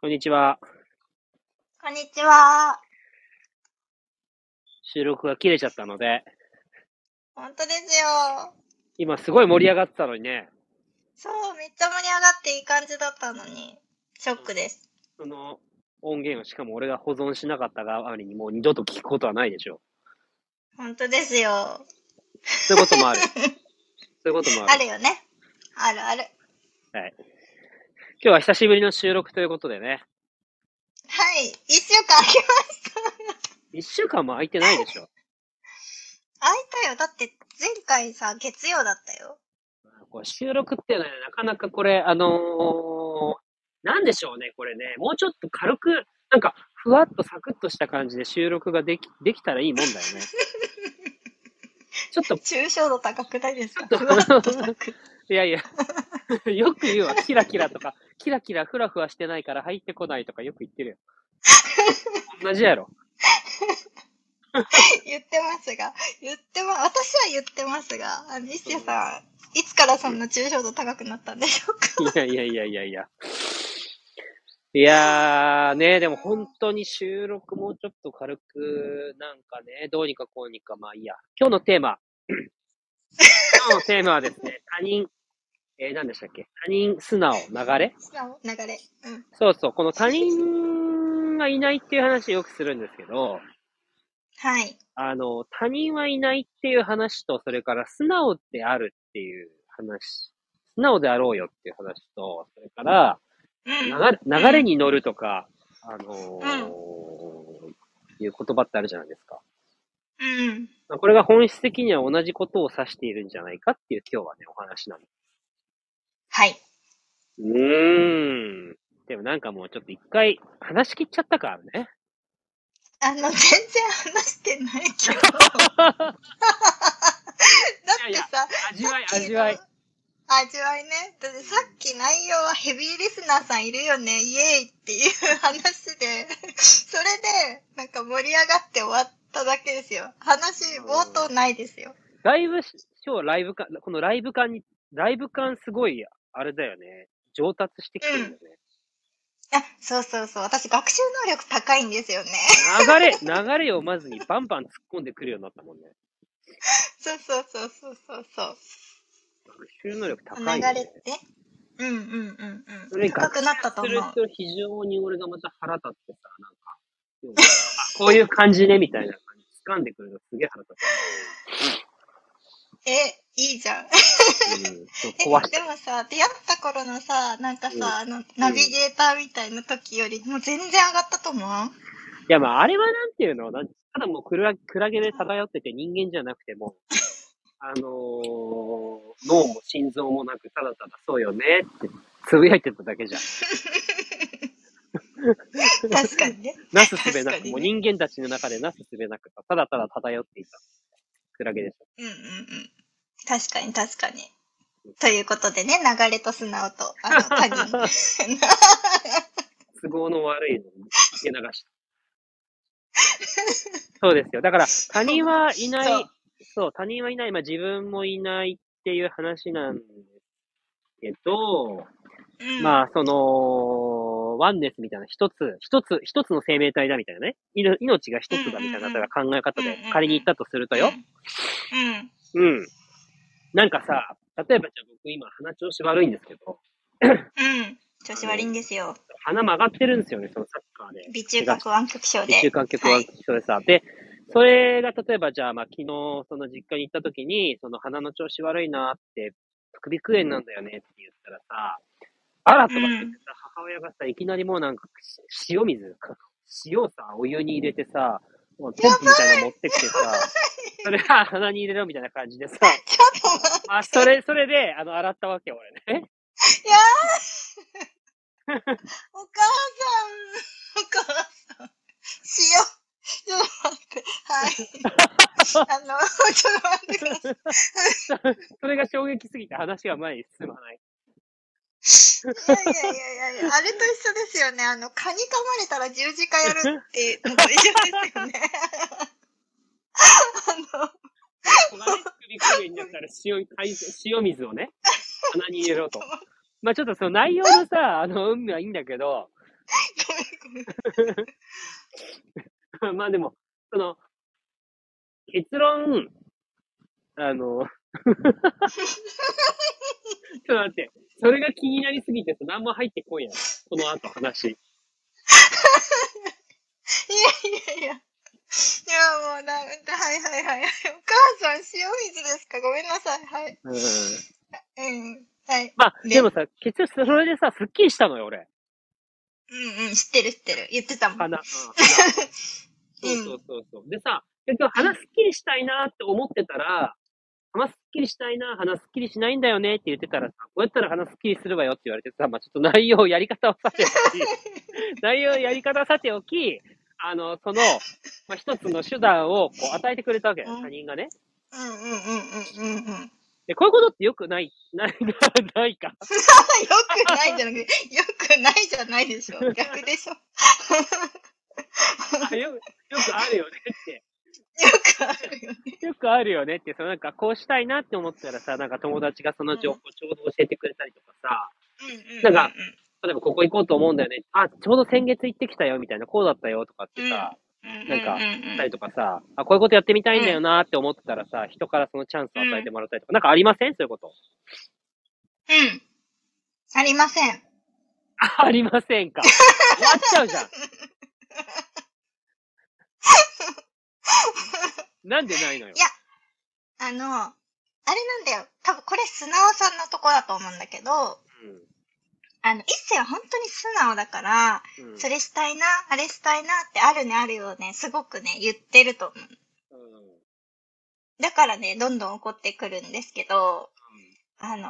こんにちは。こんにちは。収録が切れちゃったので、本当ですよ。今すごい盛り上がってたのにね、そう、めっちゃ盛り上がっていい感じだったのに、ショックです。その音源をしかも俺が保存しなかった代わりにもう二度と聞くことはないでしょ本当ですよ。う。そういうこともある。そういうこともあある。るよね。あるある。今日は久しぶりの収録ということでね、はい。一週間空きま一週間も空いてないでしょ。空いたよ。だって、前回さ、月曜だったよ。こう収録っていうのはねなかなかこれ、あのー、なんでしょうね、これね、もうちょっと軽く、なんか、ふわっとサクッとした感じで収録ができ、できたらいいもんだよね。ちょっと抽象度高くない ですかちょっとふわっと高く。 いやいや、よく言うわ。キラキラとか、キラキラフラフラしてないから入ってこないとかよく言ってるよ。同じやろ。言ってますが、言ってま、私は言ってますが、あの、一世さん、いつからそんな抽象度高くなったんでしょうかいやいやいやいやいや。いやーね、でも本当に収録もうちょっと軽く、なんかね、どうにかこうにか、まあいいや。今日のテーマ。今日のテーマはですね、他人、えー、何でしたっけ他人素直流れ流れ。うん。そうそう、この他人がいないっていう話よくするんですけど、はい。あの、他人はいないっていう話と、それから素直であるっていう話、素直であろうよっていう話と、それからうん。流れ、流れに乗るとか、あのーいう言葉ってあるじゃないですか。うん。まあこれが本質的には同じことを指しているんじゃないかっていう今日はね、お話なんです。はい。うーん。でもなんかもうちょっと一回話し切っちゃったからね。あの、全然話してないけど。だっいやていやさ、味わい、さっき味のわい。。味わいね。だってさっき内容はヘビーリスナーさんいるよね、イエーイっていう話で、それで、なんか盛り上がって終わっただけですよ。話、冒頭ないですよ。ライブショー、ライブ感、このライブ感に、ライブ感すごい、あれだよね。上達してきてるよね。あ、そうそうそう。私、学習能力高いんですよね。 流れ、流れをまずにバンバン突っ込んでくるようになったもんね。そうそうそうそうそうそう。学習能力流高い、ね。れって。うんうんうんそうん。れ高くなったとす思るう。と非常に俺がまた腹立ってさ、なんか、でもあこういう感じね、みたいな感じ。掴んでくるのすげえ腹え、いいじゃん。 立って。うんそうえ、でも壊して。さ、出会った頃のさ、なんかうんさ、あの、ナビゲーターみたいな時より、もう全然上がったと思ういや、まあ、あれはなんていうのなんただもうクラクラゲで漂ってて人間じゃなくて も、あのー脳も心臓もなく、ただただそうよねってつぶやいてただけじゃん。確かにね。 なすすべな確かにく、ねもう人間たちの中でなすすべなくさ、ただただ漂っていたクラゲでしうんうんうん。確かに確かに。ということでね、流れと素直と、あの、他人。た。都合の悪いのを受け流した。 そうですよ。だから、他人はいない、そそうう他人はいない、まあ自分もいないっていう話なんですけど、うん、まあ、その、ワンネスみたいな、一つ、一つ、一つの生命体だみたいなね。いの命が一つだみたいな考え方うんでうんうん仮に言ったとするとよ。うん。うん。うん。なんかさ、例えばじゃあ僕今鼻調子悪いんですけど、うん。調子悪いんですよ。鼻曲がってるんですよね、そのサッカーで。微中核湾曲症一週で。間結婚それさ、で、それが例えばじゃあ、まあ、昨日、その実家に行った時に、その鼻の調子悪いなって、首クエンなんだよねって言ったらさ、あらとかって言ってさ、母親がさ、いきなりもうなんか、し塩水か、塩をさ、お湯に入れてさ、もうポンプみたいなの持ってきてさ、それは鼻に入れろみたいな感じでさ、ちょっと待って。あ、それ、それで、あの、洗ったわけよ、俺ね。いやーお母さん、お母さん、しよう。ちょっと待って、 はい。あの、ちょっと待ってください。それが衝撃すぎて話が前に進まない。いやいやいやいや、あれと一緒ですよね。あの、蚊に噛まれたら十字架やるってのと一緒で すよね。あの、こがね、首くりになったら塩海塩水をね、 鼻に入れろと。まあちょっとその内容のさ、あの、運命はいいんだけど、まあでも、その、結論、あの、ちょっと待って、それが気になりすぎて、何も入ってこんやろ。この後話。いやいやいや。いやもうなんか、はいはいはい。お母さん、塩水ですかごめんなさい。はい。うん。うん。はい。まあ、ねでもさ、結局それでさ、すっきりしたのよ、俺。うんうん、知ってる知ってる。言ってたも ん。鼻。うん、鼻そうそうそうそう。でさ、結局鼻すっきりしたいなって思ってたら、鼻すっきりしたいな、鼻すっきりしないんだよねって言ってたらさ、こうやったら鼻すっきりするわよって言われてさ、まあちょっと内容、やり方をさておき、内容、やり方をさておき、あの、その、まあ、一つの手段をこう与えてくれたわけだよ、うん他人がね。うんうんうんうん うんうん。よで、こういうことってよくない、ない、ないか。くないじゃなくて、よくないじゃないでしょ。逆でしょ。よあよよくあるよねって。くあるよね。よくあるよねって、そのなんかこうしたいなって思ったらさ、なんか友達がその情報ちょうど教えてくれたりとかさ、うんうん。なんか、例えばここ行こうと思うんだよね、あ、ちょうど先月行ってきたよみたいな、こうだったよとかってさ、ななんかうんたりとかさ、あ、こういうことやってみたいんだよなって思ってたらさ、人からそのチャンスを与えてもらったりとか、なんかありませんそういうこと。うん。ありません。あありません か。終わっちゃうじゃん。なんでないのよい。やあの、あれなんだよ。多分これ素直さんのとこだと思うんだけど、あの、一世は本当に素直だから、うんうんそれしたいな、あれしたいなってあるねあるよね、すごくね、言ってると思う。うんだからね、どんどん怒ってくるんですけど、あの、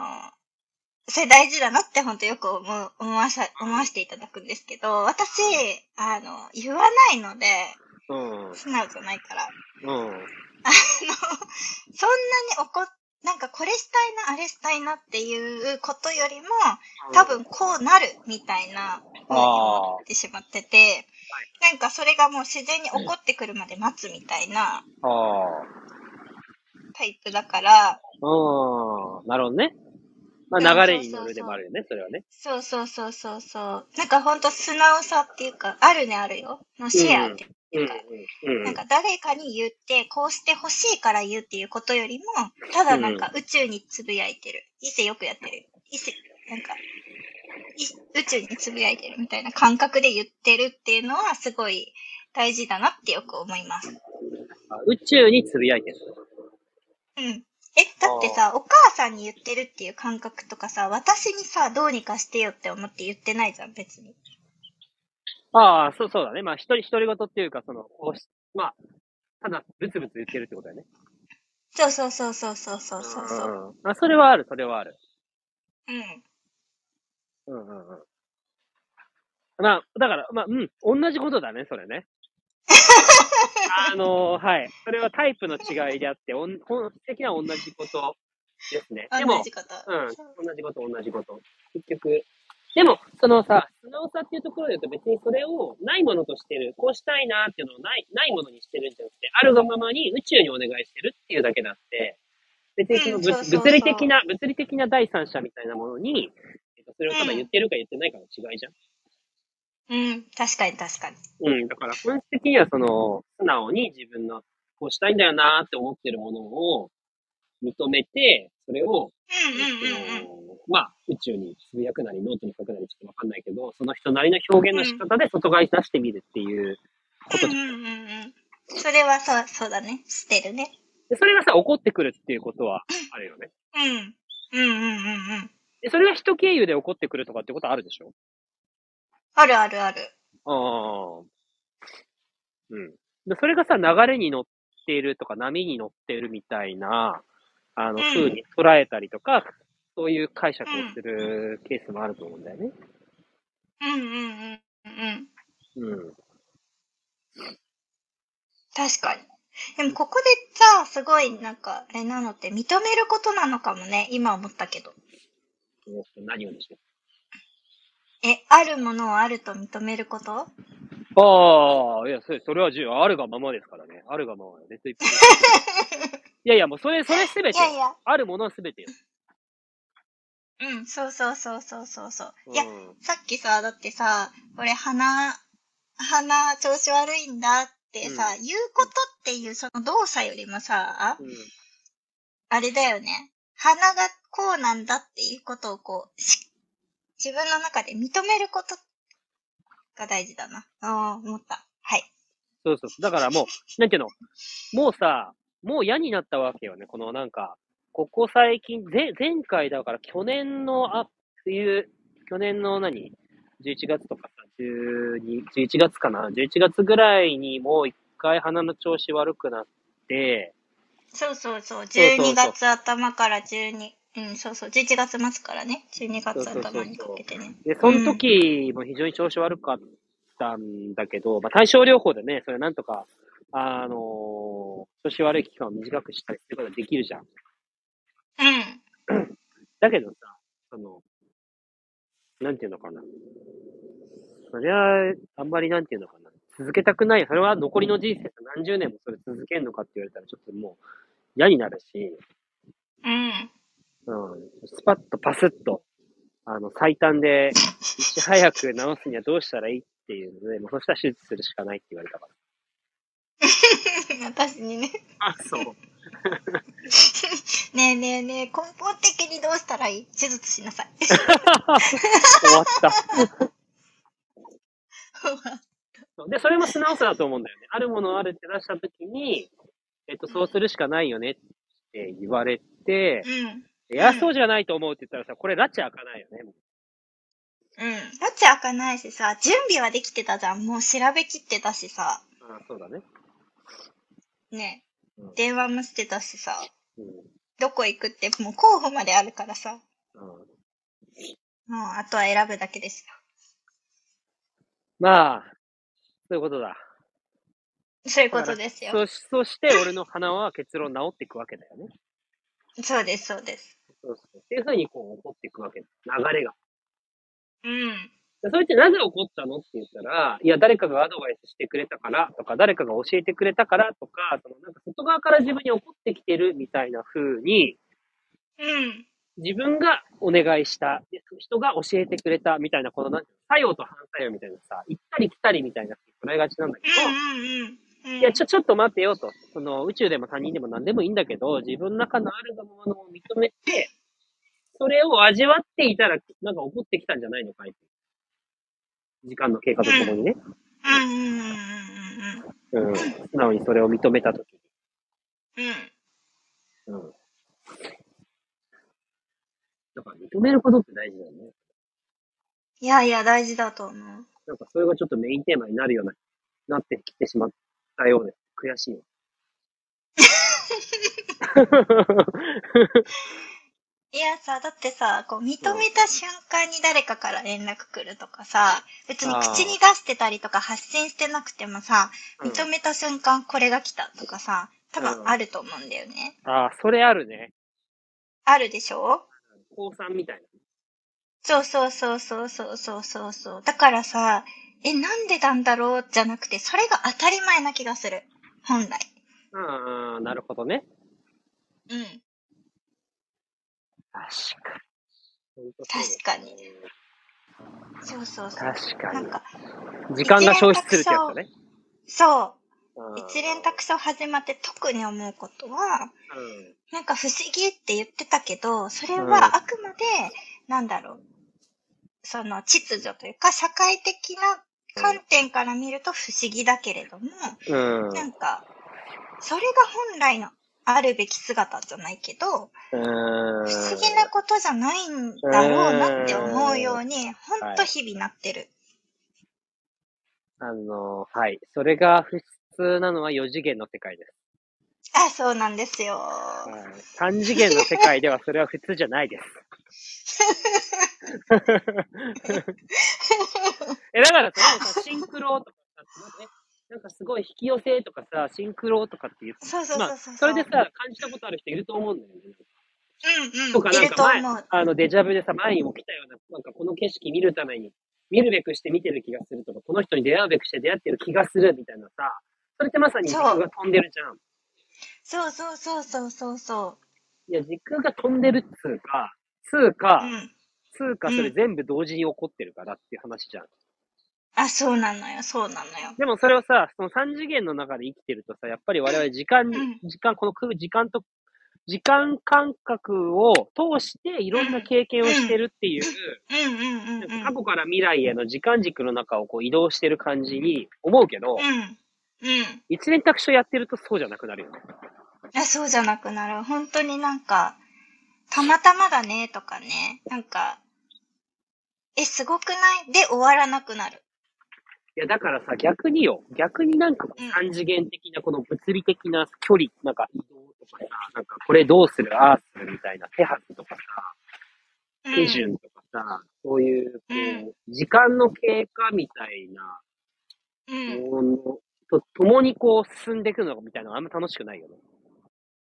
それ大事だなって本当よく思う思わさ、思わせていただくんですけど、私、あの、言わないので、うん。素直じゃないから。 うん。うん。あの、そんなに怒っ、なんかこれしたいな、あれしたいなっていうことよりも、多分こうなるみたいな風に思ってしまってて、なんかそれがもう自然に起こってくるまで待つみたいなああ。タイプだから、うん、なるほどね。まうんあ流れに乗るでもあるよね、それはね。そうそうそうそうそう。なんかほんと素直さっていうか、あるねあるよ。のシェアってうんいうか、なんか誰かに言って、こうしてほしいから言うっていうことよりも、ただなんか宇宙につぶやいてる。伊勢よくやってる。伊勢、なんか、い宇宙につぶやいてるみたいな感覚で言ってるっていうのはすごい大事だなってよく思います。あ宇宙につぶやいてる。うん。え、だってさ、お母さんに言ってるっていう感覚とかさ、私にさ、どうにかしてよって思って言ってないじゃん、別に。ああ、そうそうだね。まあ、一人、独り言っていうか、その、こうしまあ、ただ、ブツブツ言ってるってことだよね。そうそうそうそうそうそうそうそう。んまあ、それはある、それはある。ううん。んうんうん。まあ、だから、まあ、うん、同じことだね、それね。あのはい。それはタイプの違いであって、おん本質的には同じことですね。でも同、じこと。うん、同じこと、同じこと。結局。でも、そのさ、素直さっていうところで言うと別にそれをないものとしてる、こうしたいなっていうのをない、ないものにしてるんじゃなくて、あるがままに宇宙にお願いしてるっていうだけだって、別にそのうん物,、そうそうそう理的な、物理的な第三者みたいなものに、えっとそれをただ言ってるか言ってないかの違いじゃん。うん、確かに確かに。うん、だから本質的にはその、素直に自分のこうしたいんだよなって思ってるものを認めて、それをうんうんうんうん。まあ、宇宙につぶやくなり、ノートに書くなり、ちょっとわかんないけど、その人なりの表現の仕方で外側に出してみるっていうことうんじゃんうんうんうん。それはそう、そうだね。してるね。で、それがさ、怒ってくるっていうことはあるよね。うん。うんうんうんうん。で、それが人経由で怒ってくるとかってことあるでしょあるあるある。ああ。うん。で、それがさ、流れに乗っているとか、波に乗っているみたいな、あの、うん風に捉えたりとか、そういう解釈をするケースもあると思うんだよね。うんうんうんうん。うん。確かに。でもここでさ、すごいなんか、あれなのって認めることなのかもね、今思ったけど。何をでしょうえ、あるものをあると認めることああ、いや、それ、それは重要。あるがままですからね。あるがまま。別 に。いやいや、もうそれ、それすべいてやよ。いや、あるものすべてよ。うん、そうそうそうそうそうそう。うんいや、さっきさ、だってさ、俺鼻、鼻調子悪いんだってさ、言うことっていうその動作よりもさ、うん。あれだよね。鼻がこうなんだっていうことをこう、し自分の中で認めることが大事だな。ああ、思った。はい。そうそうそう。だからもう、なんていうの、もうさ、もう嫌になったわけよね。このなんか、ここ最近、ぜ前回だから去年の、あ、冬、去年の何 ?11 月とかさ、12、11月かな ?11 月ぐらいにもう一回鼻の調子悪くなって、そうそうそそう。うそう12月頭から12、うん、そうそう。11月末からね。12月頭にかけてね。で、その時も非常に調子悪かったんだけど、まあ対症療法でね、それなんとか、あのー調子悪い期間を短くしたりってことができるじゃん。うん。だけどさ、その、なんていうのかな。そりゃ、あんまりなんていうのかな。続けたくない。それは残りの人生何十年もそれ続けるのかって言われたらちょっともう嫌になるし、うん。うん。スパッとパスッと、あの、最短で、いち早く治すにはどうしたらいいっていうので、もうそしたら手術するしかないって言われたから。私にね。 あ、そう。ねえねえねえ、根本的にどうしたらいい手術しな さい。 終わった。そうで、それも素直さだと思うんだよね。あるものあるって出したときに、えっと、そうするしかないよねって言われてう、ん。いや、そうじゃないと思うって言ったらさ、これ、拉致開かないよね。うん。だって開かないしさ、準備はできてたじゃん。もう調べきってたしさ。あそうだね。ねえうん。電話もしてたしさ。うん。どこ行くってもう候補まであるからさ。うん、もうあとは選ぶだけですよ。まあ、そういうことだ。そういうことですよ。そし そして、俺の鼻は結論治っていくわけだよね。そうです、そうです。そうそう。っていうふうに、こう、起こっていくわけだ。流れが。うん。でそれってなぜ起こったのって言ったら、いや、誰かがアドバイスしてくれたからとか、誰かが教えてくれたからとか、そのなんか外側から自分に起こってきてるみたいな風に、うん。自分がお願いした、で人が教えてくれたみたいな、このなんて作用と反作用みたいなさ、行ったり来たりみたいな、捉えがちなんだけど、うんうんうん。いや、ちょ、ちょっと待ってよと。その、宇宙でも他人でも何でもいいんだけど、自分の中のあるがままのを認めて、それを味わっていたら、なんか起こってきたんじゃないのかいって時間の経過とともにね。うんうんうんうんうん。素直にそれを認めたときに。うんううん。ん。だから認めることって大事だよね。いやいや、大事だと思う。なんかそれがちょっとメインテーマになるような、なってきてしまったようで、悔しいよ。いやさ、だってさ、こう、認めた瞬間に誰かから連絡来るとかさ、別に口に出してたりとか発信してなくてもさ、認めた瞬間これが来たとかさ、多分あると思うんだよね。ああ、それあるね。あるでしょ高三みたいな。そうそうそうそうそうそうそうそう。だからさ、え、なんでなんだろうじゃなくて、それが当たり前な気がする。本来。ああ、なるほどね。うん。確かに。確かに。そうそうそう。確なかんか、に。時間が消費するってやつだね。そう。うん一連卓上始まって特に思うことは、うんなんか不思議って言ってたけど、それうんはあくまで、なんだろう、その秩序というか、社会的な観点から見ると不思議だけれども、うん。なんか、それが本来のあるべき姿じゃないけど、うん。不思議なことじゃないんだろうなって思うように、ほんと日々なってる。あの、はい。それが普通なのは4次元の世界です。あ、そうなんですよ。 3次元の世界ではそれは普通じゃない です。え、だからさ、なんかシンクロとかさ、ね、なんかすごい引き寄せとかさ、シンクロとかって言って、そうそうまそうあ、そう。それでさ、感じたことある人いると思うんだよね。うんとうか、ん、いなんるとか前思う。、あの、デジャブでさ、前にも来たような、なんかこの景色見るために、見るべくして見てる気がするとか、この人に出会うべくして出会ってる気がするみたいなさ、それってまさに時空が飛んでるじゃん。そうそうそうそうそうそいや、時空が飛んでるっつうか、つうか、う。うん。つうか、それ全部同時に起こってるからっていう話じゃん。あ、そうなのよ、そうなのよ。でもそれをさ、その3次元の中で生きてるとさ、やっぱり我々時間、ん時間、この空時間と、時間感覚を通していろんな経験をしてるっていう、うんうんうんなうん。んか過去から未来への時間軸の中をこう移動してる感じに思うけど、うん。うん。一連択肢をやってるとそうじゃなくなるよね。いや、そうじゃなくなる。本当になんか、たまたまだね、とかね。なんか、え、すごくないで終わらなくなる。いや、だからさ、逆によ、逆になんかうん三次元的なこの物理的な距離、なんか移動とかさ、なんかこれどうする、ああするみたいな手はずとかうさ、ん手順とかさ、そういう、こう、時間の経過みたいなうん。ものと共にこう進んでいくのみたいなのがあんま楽しくないよね。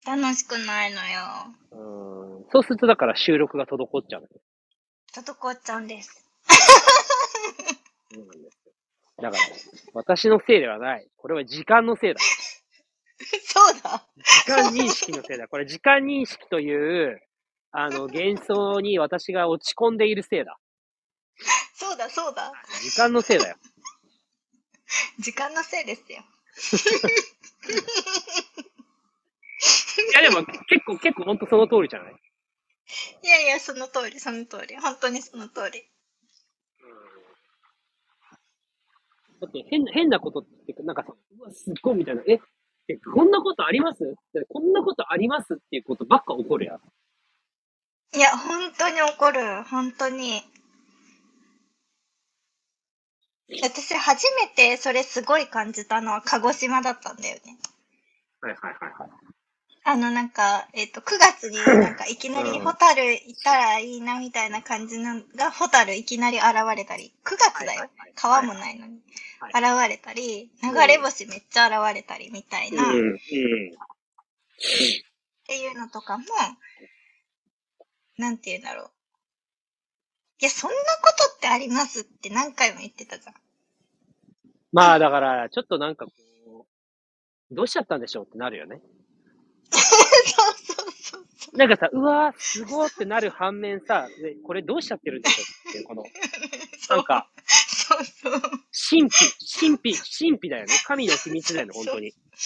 楽しくないのよ。うん、そうするとだから収録が滞っちゃうのよ。滞っちゃうんです。そうなんですよ。だから、私のせいではない。これは時間のせいだ。 そうだ。時間認識のせいだ。これ時間認識という、あの、幻想に私が落ち込んでいるせいだ。そうだ、そうだ。時間のせいだよ。時間のせいですよ。いやでも結構結構本当その通りじゃないいやいや、その通り、その通り。本当にその通り。だって変な、変なことって、なんかさ、うわ、すっごいみたいな、え、えこんなことありますってこんなことありますっていうことばっか起こるやん。いや、本当に怒る。本当に。私、初めてそれすごい感じたのは鹿児島だったんだよね。はいはいはいはい。あの、なんか、えっ、と、9月になんかいきなりホタル行ったらいいなみたいな感じなのが、ホタルいきなり現れたり、9は月だいはよいはい。川もないのに。は現れたり、流れ星めっちゃ現れたりみたいな。うん、うん。っていうのとかも、なんて言うんだろう。いや、そんなことってありますって何回も言ってたじゃん。 まあだから、ちょっとなんかこう、どうしちゃったんでしょうってなるよね。そうそうそう。なんかさ、うわー、すごーってなる反面さ、でこれどうしちゃってるんでしょうっていう、この、なんか、そうそう。神秘、神秘、神秘だよね。神の秘密だよ ね、本当に。そ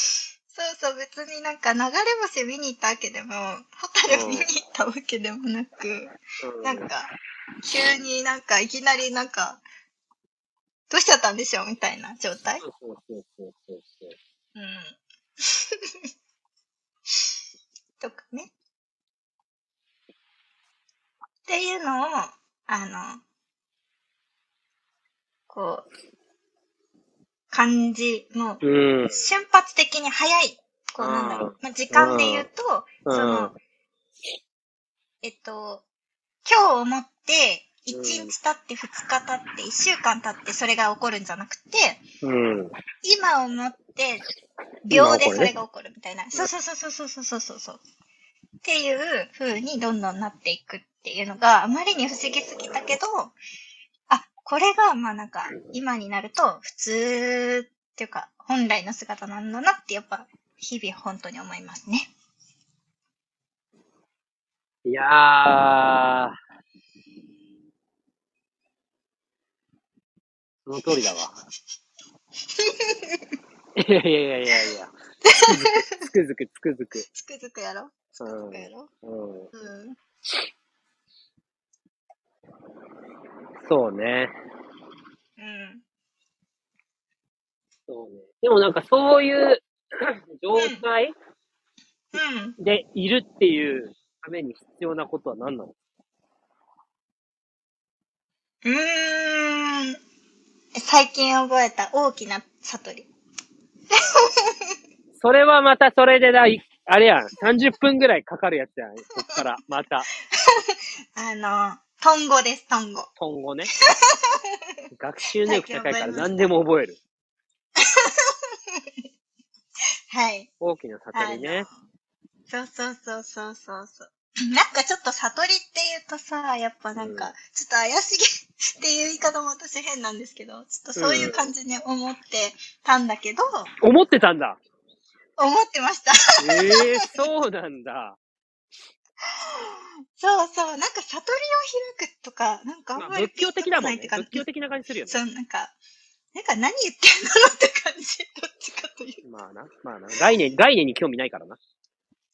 うそう、別になんか流れ星見に行ったわけでも、ホタル見に行ったわけでもなく、なんか、急になんかいきなりなんか、どうしちゃったんでしょうみたいな状態。そうそうそうそうそうそう。うん。 とかね。っていうのを、あの、こう、感じ、もう、うん。瞬発的に早い、こうなんだろうんう、まあ、時間で言うと、うんその、えっと、今日をもって、1日経って2日経って1週間経ってそれが起こるんじゃなくて、うん。今をもって秒で今起こるねそれが起こるみたいな。そうそうそうそうそうそうそうそう。っていう風にどんどんなっていくっていうのがあまりに不思議すぎたけど、あ、これがまあなんか今になると普通っていうか本来の姿なんだなってやっぱ日々本当に思いますね。いやー。その通りだわ。 いやいやいやいやいや。つくづくつくづくつくづくやろつくづくやろつくづく。うん。うん。そうね。うん。そうね。でもなんかそういう 状態うん。でいるっていうために必要なことは何なのうーん。最近覚えた大きな悟り。それはまたそれでだ、いあれやん、30分ぐらいかかるやつやん、こっから、また、あの、トンボです、トンボ。今後 ね。学習能力高いから何でも覚える。はい。大きな悟りね。そうそうそうそうそうそう。なんかちょっと悟りっていうとさ、やっぱなんうんか、ちょっと怪しげ っていう言い方も私変なんですけど、ちょっとそういう感じに思ってたんだけど、思ってたんだ思ってました。ええそうなんだ。そうそう、なんか悟りを開くとか、なんかあんまあ、まり仏教的だもんピねン。とこないって仏教いうか的な感じするよね。そう、なんか、なんか何言ってんだろうって感じ。どっちかというと。まあな、まあな。概念、概念に興味ないからな。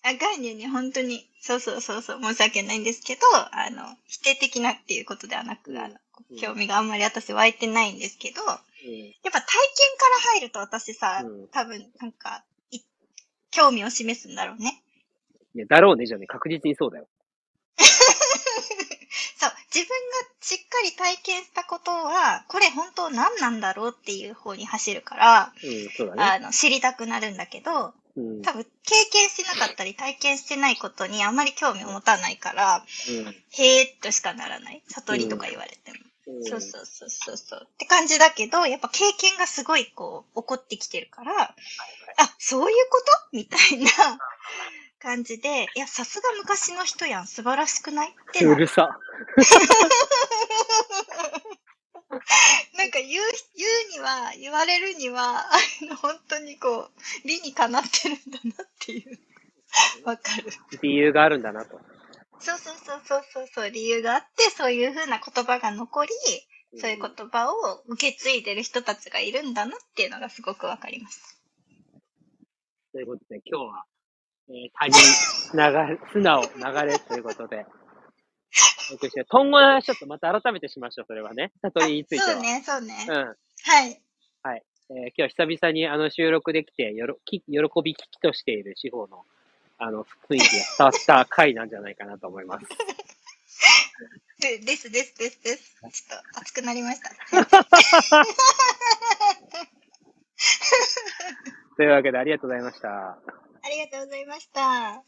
あ、概念に本当に、そうそうそうそう、申し訳ないんですけど、あの、否定的なっていうことではなく、あのうん、興味があんまり私湧いてないんですけど、やっぱ体験から入ると私さ、うん。うん。多分、なんか、い興味を示すんだろうね。いや、だろうね、じゃあね、確実にそうだよ。そう、自分がしっかり体験したことは、これ本当何なんだろうっていう方に走るから、うん、そうだね。あの、知りたくなるんだけど、うん。うん。多分経験してなかったり体験してないことにあんまり興味を持たないから、へーっとしかならない。悟りとか言われても。そうそうそうそうそう。って感じだけど、やっぱ経験がすごいこう、起こってきてるから、あ、そういうことみたいな感じで、いや、さすが昔の人やん、素晴らしくないってうなるさ。なんか言う、言うには、言われるには、あの、本当にこう、理にかなってるんだなっていう。わかる。理由があるんだなと。そうそうそうそうそうそう、理由があって、そういう風な言葉が残り、そういう言葉を受け継いでる人たちがいるんだなっていうのがすごくわかります。ということで、今日は、えー、他人、流れ、素直、流れということで、お送りして今後の話ちょっとまた改めてしましょう、それはね。悟りについては。そうね、そうね。うん。はい。えー今日は久々にあの収録できてよろき、喜び聞きとしている司法の、あの、雰囲気が伝わった回なんじゃないかなと思い ます。でですですですです。ちょっと熱くなりました。というわけで、ありがとうございました。ありがとうございました。